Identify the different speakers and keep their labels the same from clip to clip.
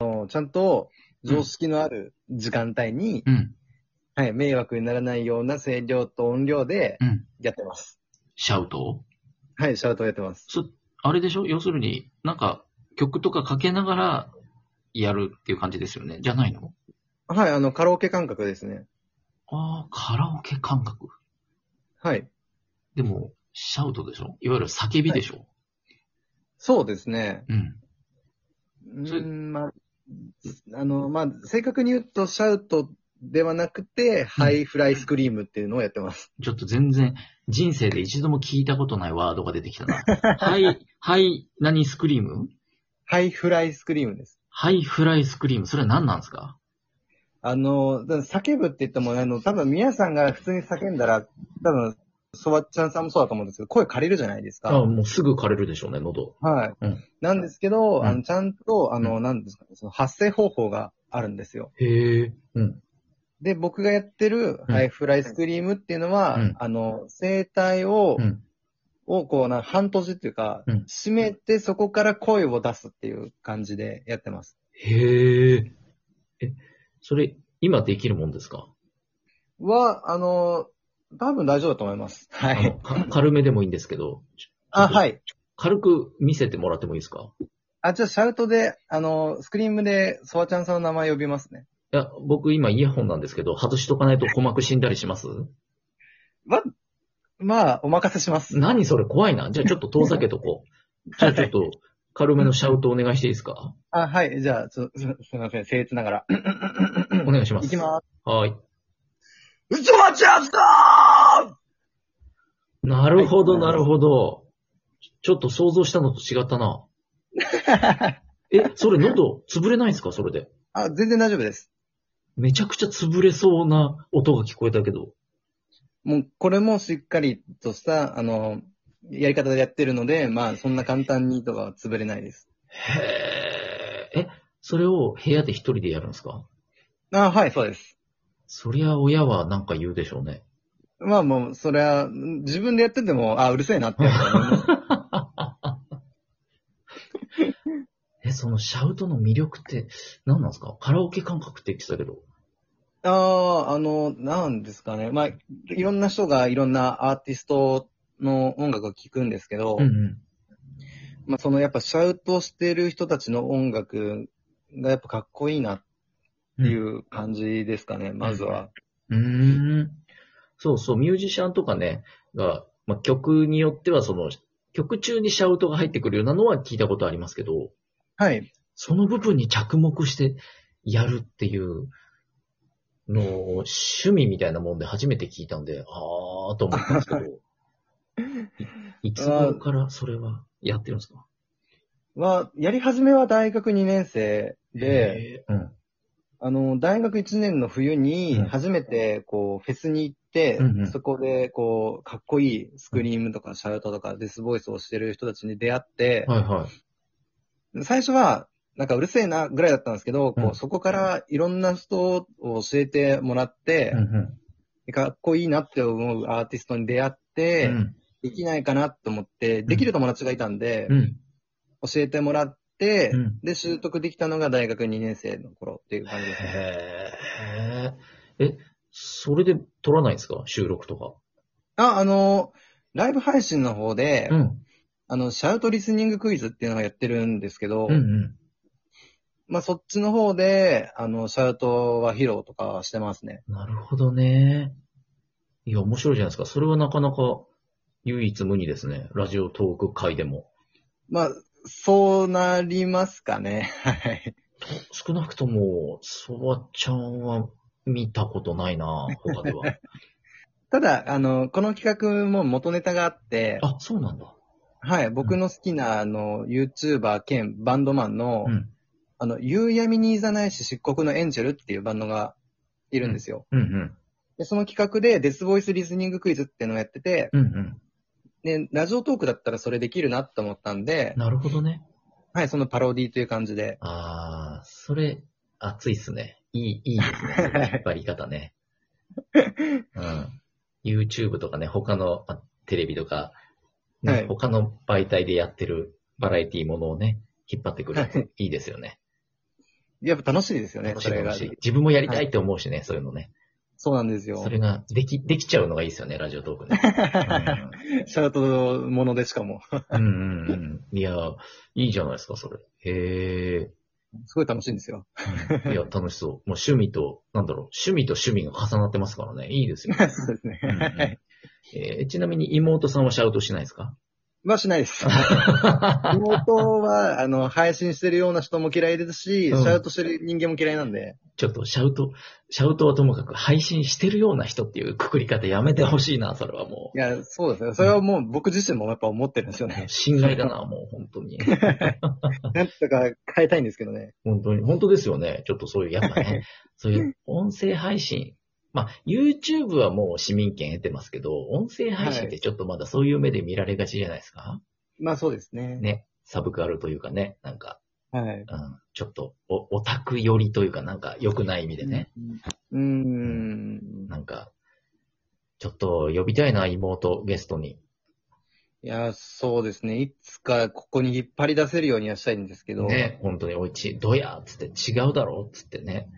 Speaker 1: をちゃんと常識のある時間帯に、
Speaker 2: うん。
Speaker 1: はい、迷惑にならないような声量と音量で
Speaker 2: うん。
Speaker 1: やってます。
Speaker 2: シャウトを
Speaker 1: はい、シャウトをやってます。
Speaker 2: そ、あれでしょ要するに、なんか、曲とかかけながらやるっていう感じですよねじゃないの
Speaker 1: はい、あの、カラオケ感覚ですね。
Speaker 2: ああ、カラオケ感覚。
Speaker 1: はい。
Speaker 2: でも、シャウトでしょいわゆる叫びでしょ、
Speaker 1: そうですね。
Speaker 2: うん。
Speaker 1: う
Speaker 2: それ
Speaker 1: ーん、まあ、あの、まあ、正確に言うと、シャウトではなくて、ハイフライスクリームっていうのをやってます。
Speaker 2: ちょっと全然、人生で一度も聞いたことないワードが出てきた な。はい、はい、何スクリーム
Speaker 1: ハイフライスクリームです。
Speaker 2: ハイフライスクリーム。それは何なんですか
Speaker 1: あの、だから叫ぶって言っても、あの、多分皆さんが普通に叫んだら、多分、そばちゃんさんもそうだと思うんですけど、声借りるじゃないですか。
Speaker 2: もうすぐ枯れるでしょうね、喉。
Speaker 1: はい、
Speaker 2: うん
Speaker 1: なんですけど、
Speaker 2: うん
Speaker 1: あの、ちゃんと、あ
Speaker 2: う
Speaker 1: の、なんですかね、その発声方法があるんですよ。
Speaker 2: へえ。うん。
Speaker 1: で、僕がやってる
Speaker 2: うん
Speaker 1: ハイフライスクリームっていうのは、
Speaker 2: うん
Speaker 1: あの、声帯を、
Speaker 2: うん。
Speaker 1: をこうな、半閉じっていうか、
Speaker 2: うん
Speaker 1: 閉めてそこから声を出すっていう感じでやってます。
Speaker 2: へえ。え、それ、今できるもんですか
Speaker 1: は、あの、多分大丈夫だと思います。は
Speaker 2: あの
Speaker 1: い。
Speaker 2: か軽めでもいいんですけど、
Speaker 1: あ、はい。
Speaker 2: 軽く見せてもらってもいいですか
Speaker 1: あ、じゃあ、シャウトで、あの、スクリームで、ソワちゃんさんの名前呼びますね。
Speaker 2: いや、僕今イヤホンなんですけど、外しとかないと鼓膜死んだりします
Speaker 1: は、まあ、お任せします。
Speaker 2: 何それ怖いな。じゃあちょっと遠ざけとこ う。じゃあちょっと軽めのシャウトお願いしていいですか
Speaker 1: あ、はい。じゃあ、ちょすすいません。僭越ながら。
Speaker 2: お願いします。
Speaker 1: いきます。
Speaker 2: はーい。
Speaker 1: ソワちゃんさん
Speaker 2: なるほど、
Speaker 1: はい
Speaker 2: なるほど。ちょっと想像したのと違っ たな。え、それ喉潰れないんですかそれで。
Speaker 1: あ、全然大丈夫です。
Speaker 2: めちゃくちゃ潰れそうな音が聞こえたけど。
Speaker 1: もう、これもしっかりとした、あの、やり方でやってるので、まあ、そんな簡単にとかは潰れないです。
Speaker 2: へーえ、それを部屋で一人でやるんですか
Speaker 1: あ、はい、そうです。
Speaker 2: そりゃ親はなんか言うでしょう ね。
Speaker 1: まあもう、それは、ん自分でやってても、あ、うるせえなってやっぱ 思います。
Speaker 2: え、そのシャウトの魅力って何なんですかカラオケ感覚って言ってたけど。
Speaker 1: ああ、あの、なんですかね。まあ、いろんな人がいろんなアーティストの音楽を聴くんですけど、
Speaker 2: うんうん。
Speaker 1: まあそのやっぱシャウトしてる人たちの音楽がやっぱかっこいいなっていう感じですかね、まずは。
Speaker 2: うーん。そうそう、ミュージシャンとかね、が、まあ、曲によってはその、曲中にシャウトが入ってくるようなのは聞いたことありますけど、
Speaker 1: はい。
Speaker 2: その部分に着目してやるっていうのを趣味みたいなもんで初めて聞いたんで、あーと思ったんですけど、いいつ頃からそれはやってるんです か
Speaker 1: は、やり始めは大学2年生で、
Speaker 2: えーうん。
Speaker 1: あの、大学1年の冬に
Speaker 2: うん
Speaker 1: 初めてこう、フェスに行って、
Speaker 2: うんうん
Speaker 1: そこでこう、かっこいいスクリームとかシャウトとかデスボイスをしてる人たちに出会って、
Speaker 2: はいはい。
Speaker 1: 最初は、なんかうるせえなぐらいだったんですけど、
Speaker 2: うん
Speaker 1: こうそこからいろんな人を教えてもらって
Speaker 2: うん、うん
Speaker 1: かっこいいなって思うアーティストに出会って、
Speaker 2: うん
Speaker 1: できないかなと思って、できる友達がいたんで、
Speaker 2: うん
Speaker 1: 教えてもらって、
Speaker 2: うん
Speaker 1: で、習得できたのが大学2年生の頃っていう感じですね。
Speaker 2: へえ。え、それで撮らないんですか収録とか。
Speaker 1: あ、あの、ライブ配信の方で、
Speaker 2: ん。
Speaker 1: あの、シャウトリスニングクイズっていうのをやってるんですけど、
Speaker 2: うんうん。
Speaker 1: まあそっちの方で、あの、シャウトは披露とかはしてますね。
Speaker 2: なるほどね。いや、面白いじゃないですか。それはなかなか唯一無二ですね。ラジオトーク界でも。
Speaker 1: まあ、そうなりますかね。 はい。
Speaker 2: 少なくとも、そわちゃんは見たことないな、他 では。
Speaker 1: ただ、あの、この企画も元ネタがあって、
Speaker 2: あ、そうなんだ。
Speaker 1: はい、僕の好きな、あの、YouTuber 兼バンドマンの、
Speaker 2: うん。
Speaker 1: あの、夕闇にいざないし漆黒のエンジェルっていうバンドがいるんですよ。
Speaker 2: うんうん。
Speaker 1: でその企画でデスボイスリスニングクイズっていうのをやってて、
Speaker 2: うんうん。
Speaker 1: で、ラジオトークだったらそれできるなと思ったんで、
Speaker 2: なるほどね。
Speaker 1: はい、そのパロディという感じで。
Speaker 2: あー、それ、熱いっすね。いい、いいですね。その引っ張り 方ね。うん。YouTube とかね、他のまあテレビとか、ね
Speaker 1: はい
Speaker 2: 他の媒体でやってるバラエティものをね、引っ張ってくる。
Speaker 1: はい
Speaker 2: いいですよね。
Speaker 1: やっぱ楽しいです よね、
Speaker 2: 楽し
Speaker 1: そ
Speaker 2: い
Speaker 1: れが
Speaker 2: 楽。しい。自分もやりたいって思うしね、そういうのね。
Speaker 1: そうなんですよ
Speaker 2: そ。れが、でき、できちゃうのがいいですよね、ラジオトークね。
Speaker 1: シャウトものでしかも。
Speaker 2: うん、うん、うんうん。いや、いいじゃないですか、それ。へえ。
Speaker 1: すごい楽しいんですよ。
Speaker 2: いや、楽しそう。もう趣味と、なんだろう、趣味と趣味が重なってますからね。いいですよ。
Speaker 1: そうですね。
Speaker 2: うんうん
Speaker 1: はい。
Speaker 2: えーちなみに妹さんはシャウトしないですか
Speaker 1: まあしない です。妹は、あの、配信してるような人も嫌いですし、
Speaker 2: うん
Speaker 1: シャウトしてる人間も嫌いなんで。
Speaker 2: ちょっとシャウト、シャウトはともかく配信してるような人っていうくくり方やめてほしいな、それはも
Speaker 1: いや、そうですね。それはもう僕自身もやっぱ思ってるんですよ
Speaker 2: う。
Speaker 1: ね。
Speaker 2: 侵害だな、もう本当に。
Speaker 1: なんとか変えたいんですけどね。
Speaker 2: 本当に、本当ですよね。ちょっとそういう、やっ ぱね、そういう音声配信。まあ、YouTube はもう市民権得てますけど、音声配信ってちょっとまだそういう目で見られがちじゃないですか、
Speaker 1: まあそうですね。
Speaker 2: ね。サブカルというかね、なんか、
Speaker 1: はい。
Speaker 2: うん、ちょっとお、オタク寄りというかなんか良くない意味でね。
Speaker 1: うん。うん
Speaker 2: なんか、ちょっと呼びたいな、妹、ゲストに。
Speaker 1: いや、そうですね。いつかここに引っ張り出せるようにはしたいんですけど、
Speaker 2: ね、本当においち、どやっつって違うだろっつってね。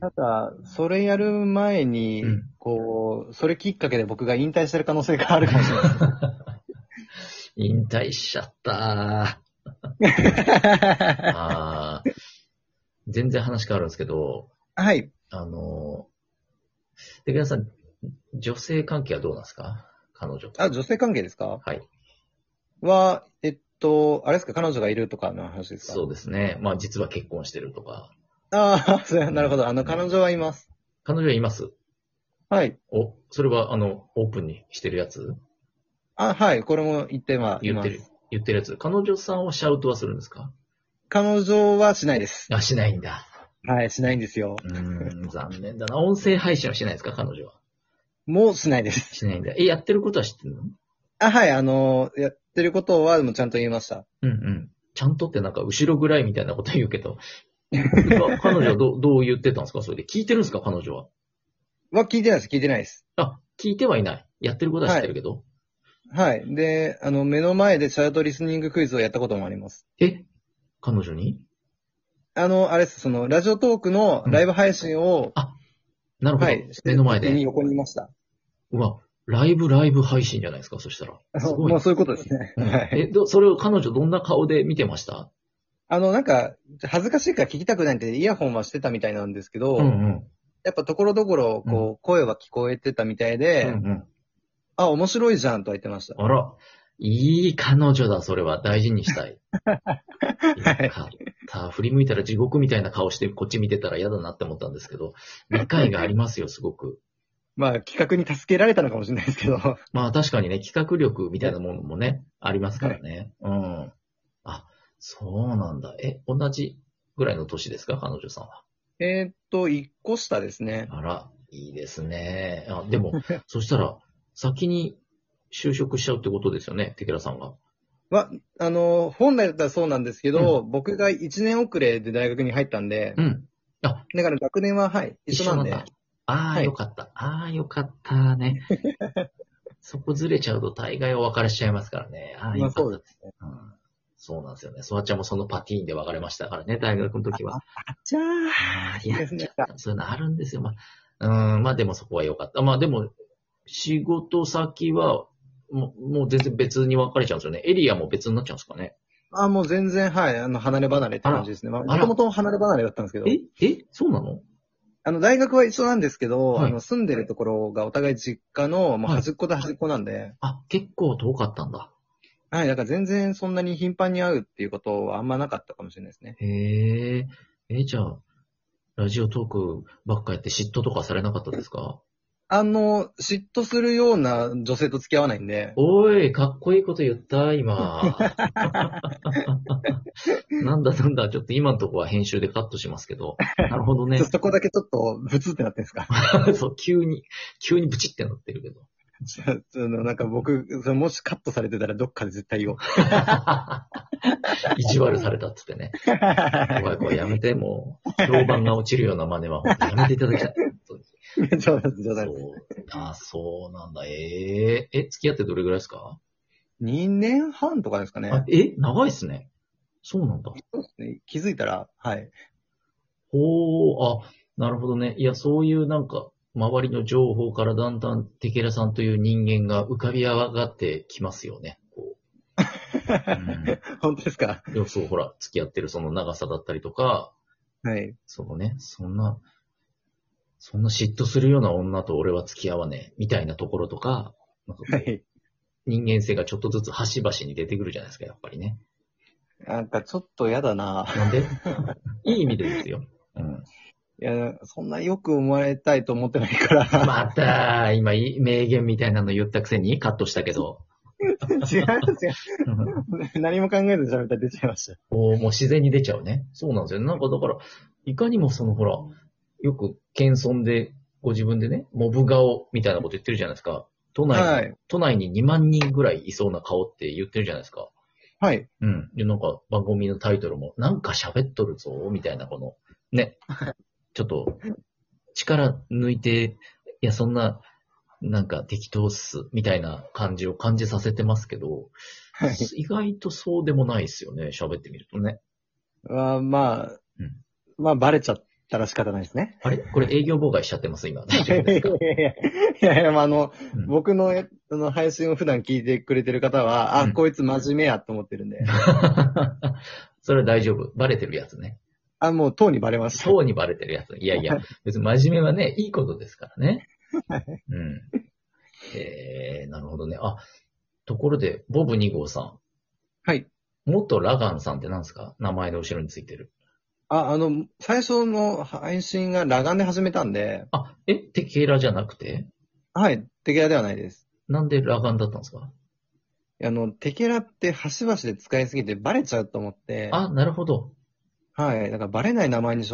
Speaker 1: ただ、それやる前に、
Speaker 2: うん
Speaker 1: こう、それきっかけで僕が引退してる可能性がある かもしれない。
Speaker 2: 引退しちゃったー。あー全然話変わるんですけど、
Speaker 1: はい。
Speaker 2: あのー、で、皆さん、女性関係はどうなんですか彼女と。
Speaker 1: あ、女性関係ですか
Speaker 2: はい。
Speaker 1: は、えっと、あれですか彼女がいるとかの話ですか。
Speaker 2: そううですね。まあ、実は結婚してるとか。
Speaker 1: ああ、なるほど。あの、彼女はいます。
Speaker 2: 彼女はいます
Speaker 1: はい。
Speaker 2: お、それは、あの、オープンにしてるやつ
Speaker 1: あ、はい。これも言っては、い
Speaker 2: 言っ
Speaker 1: ま
Speaker 2: て
Speaker 1: す
Speaker 2: る。。言ってるやつ。彼女さんをシャウトはするんですか
Speaker 1: 彼女はしない です。
Speaker 2: あ、しないん だ。
Speaker 1: はい、しないんですよ。
Speaker 2: うーん、残念だな。音声配信はしないですか彼女は。
Speaker 1: もうしないです。
Speaker 2: しないんだ。え、やってることは知ってるの
Speaker 1: あ、はい。あの、やってることは、でもちゃんと言いました。
Speaker 2: うんうん。ちゃんとってなんか後ろぐらいみたいなこと言う けど。彼女はどうどう言ってたんですかそれで。聞いてるんですか彼女は。
Speaker 1: は、聞いてないです。聞いてないです。
Speaker 2: あ、聞いてはいない。やってることは知ってるけど。
Speaker 1: はい。で、あの、目の前でチャートリスニングクイズをやったこともあります。
Speaker 2: え彼女に
Speaker 1: あの、あれです。その、ラジオトークのライブ配信を、
Speaker 2: なるほど。
Speaker 1: はい。
Speaker 2: 目の前
Speaker 1: してる時に
Speaker 2: で。
Speaker 1: 横にいました。
Speaker 2: うわ、ライブライブ配信じゃないですかそしたら。す
Speaker 1: そう
Speaker 2: ご い
Speaker 1: ま
Speaker 2: な
Speaker 1: あ、。そういうことですね。はい。
Speaker 2: え、ど、それを彼女どんな顔で見てました
Speaker 1: あの、なんか、恥ずかしいから聞きたくないって、イヤホンはしてたみたいなんですけど、
Speaker 2: うんうん。
Speaker 1: やっぱところどころ、こう、声は聞こえてたみたいで、
Speaker 2: うんうん。
Speaker 1: あ、面白いじゃんとは言ってました。
Speaker 2: あら、いい彼女だ、それは。大事にしたい。よかった。振り向いたら地獄みたいな顔して、こっち見てたら嫌だなって思ったんですけど、理解がありますよ、すごく。
Speaker 1: まあ、企画に助けられたのかもしれないですけど。
Speaker 2: まあ確かにね、企画力みたいなものもね、ありますからね。うん。あ、そうなんだ。え、同じぐらいの年ですか、彼女さんは。
Speaker 1: えーっと、一個下ですね。
Speaker 2: あら、いいですね。あでも、そしたら、先に就職しちゃうってことですよね、テケラさんが。
Speaker 1: あの、本来だったらそうなんですけど、僕が1年遅れで大学に入ったんで、
Speaker 2: うん。
Speaker 1: だから学年は、はい、一緒なんで。
Speaker 2: だ。ああ、
Speaker 1: はい
Speaker 2: よかった。ああ、よかったね。 そこずれちゃうと大概お別れしちゃいますからね。ああ、
Speaker 1: ま
Speaker 2: よ
Speaker 1: あ
Speaker 2: か
Speaker 1: そう
Speaker 2: った。
Speaker 1: ですね。
Speaker 2: うんそうなんですよね。ソワちゃんもそのパティーンで別れましたからね、大学の時は。
Speaker 1: じゃあ、
Speaker 2: ああ、い
Speaker 1: いい
Speaker 2: や、
Speaker 1: ですね。
Speaker 2: そういうのあるんですよ。まあ、うん、まあでもそこは良かった。まあでも、仕事先は、もうもう全然別に分かれちゃうんですよね。エリアも別になっちゃうんですかね。
Speaker 1: あ、もう全然、はい、あの、離れ離れって感じですね。まあ、
Speaker 2: あ
Speaker 1: も
Speaker 2: ら
Speaker 1: ともと離れ離れだったんですけど、
Speaker 2: え、え、そうなの
Speaker 1: あの、大学は一緒なんですけど、
Speaker 2: はい
Speaker 1: あの、住んでるところがお互い実家の、もう
Speaker 2: はい
Speaker 1: 端っこと端っこなんで、
Speaker 2: あ、結構遠かったんだ。
Speaker 1: はい、だから全然そんなに頻繁に会うっていうことはあんまなかったかもしれないですね。
Speaker 2: へえ、え、じゃあ、ラジオトークばっかやって嫉妬とかされなかったですか
Speaker 1: あの、嫉妬するような女性と付き合わないんで、
Speaker 2: おい、かっこいいこと言った、 今。なんだなんだ、ちょっと今のとこは編集でカットしますけど。なるほどね
Speaker 1: ちょ。そこだけちょっと、ブツってなってんですか
Speaker 2: そう、急に、急にブチってなってるけど。
Speaker 1: じゃあそのなんか僕、そのもしカットされてたらどっかで絶対言おう。
Speaker 2: 意地悪されたっつってね。怖い怖い、やめて、もう。評判が落ちるような真似は、本当やめていただきたい。本当に
Speaker 1: 冗談です、冗
Speaker 2: そ
Speaker 1: 談
Speaker 2: う
Speaker 1: です。。
Speaker 2: あ、そうなんだ。えええ、付き合ってどれぐらいですか、
Speaker 1: 2年半とかですか
Speaker 2: あ
Speaker 1: ね。
Speaker 2: え長いっすね。そうなんだ。
Speaker 1: そうですね気づいたら、はい。
Speaker 2: ほう、あ、なるほどね。いや、そういうなんか、周りの情報からだんだんテケラさんという人間が浮かび上がってきますよね。こう
Speaker 1: 本当ですか
Speaker 2: うん、そう、ほら、付き合ってるその長さだったりとか、
Speaker 1: はい。
Speaker 2: そのね、そんな、そんな嫉妬するような女と俺は付き合わねえ、みたいなところとか、なんかこう
Speaker 1: はい。
Speaker 2: 人間性がちょっとずつ端々に出てくるじゃないですか、やっぱりね。
Speaker 1: なんかちょっと嫌だな。
Speaker 2: なんでいい意味でですよ。うん、
Speaker 1: いや、そんなよく思われたいと思ってないから。
Speaker 2: また、今、い名言みたいなの言ったくせにカットしたけ ど。
Speaker 1: 違う違う。何も考えず喋ったら出ちゃいました。
Speaker 2: おーもう自然に出ちゃうね。そうなんですよ。なんかだから、いかにもそのほら、よく謙遜で、ご自分でね、モブ顔みたいなこと言ってるじゃないですか。都内、
Speaker 1: はい
Speaker 2: 都内に2万人ぐらいいそうな顔って言ってるじゃないですか。
Speaker 1: はい。
Speaker 2: うん。で、なんか番組のタイトルも、なんか喋っとるぞ、みたいなこの、 ね。ちょっと、力抜いて、いや、そんな、なんか適当っす、みたいな感じを感じさせてますけど、
Speaker 1: はい。
Speaker 2: 意外とそうでもないですよね、喋ってみるとね。
Speaker 1: まあ、まあ
Speaker 2: うん、
Speaker 1: まあ、バレちゃったら仕方ないですね。
Speaker 2: あれこれ営業妨害しちゃってます、今。大
Speaker 1: い
Speaker 2: 丈
Speaker 1: や
Speaker 2: 夫
Speaker 1: い
Speaker 2: ですか
Speaker 1: やいやいやいや、まああの、
Speaker 2: うん
Speaker 1: 僕のえあの配信を普段聞いてくれてる方は、
Speaker 2: う
Speaker 1: あ、
Speaker 2: ん
Speaker 1: こいつ真面目やと思ってる んで、
Speaker 2: それは大丈夫。バレてるやつね。
Speaker 1: あ、もうとうにバレました。
Speaker 2: そうにバレてるやつ。いやいや、別に真面目はね、いいことですからね。うん。えー、なるほどね。あ、ところで、ボブ2号さ
Speaker 1: はい。
Speaker 2: ん。元ラガンさんって何ですか名前の後ろについてる。
Speaker 1: あ、あの、最初の配信が裸眼で始めたんで、
Speaker 2: あ、え、テキーラじゃなくて
Speaker 1: はい、テケラではないです。
Speaker 2: なんでラガンだったんですか
Speaker 1: あの、テケラって端々で使いすぎてバレちゃうと思って、
Speaker 2: あ、なるほど。
Speaker 1: はい、だからバレない名前にし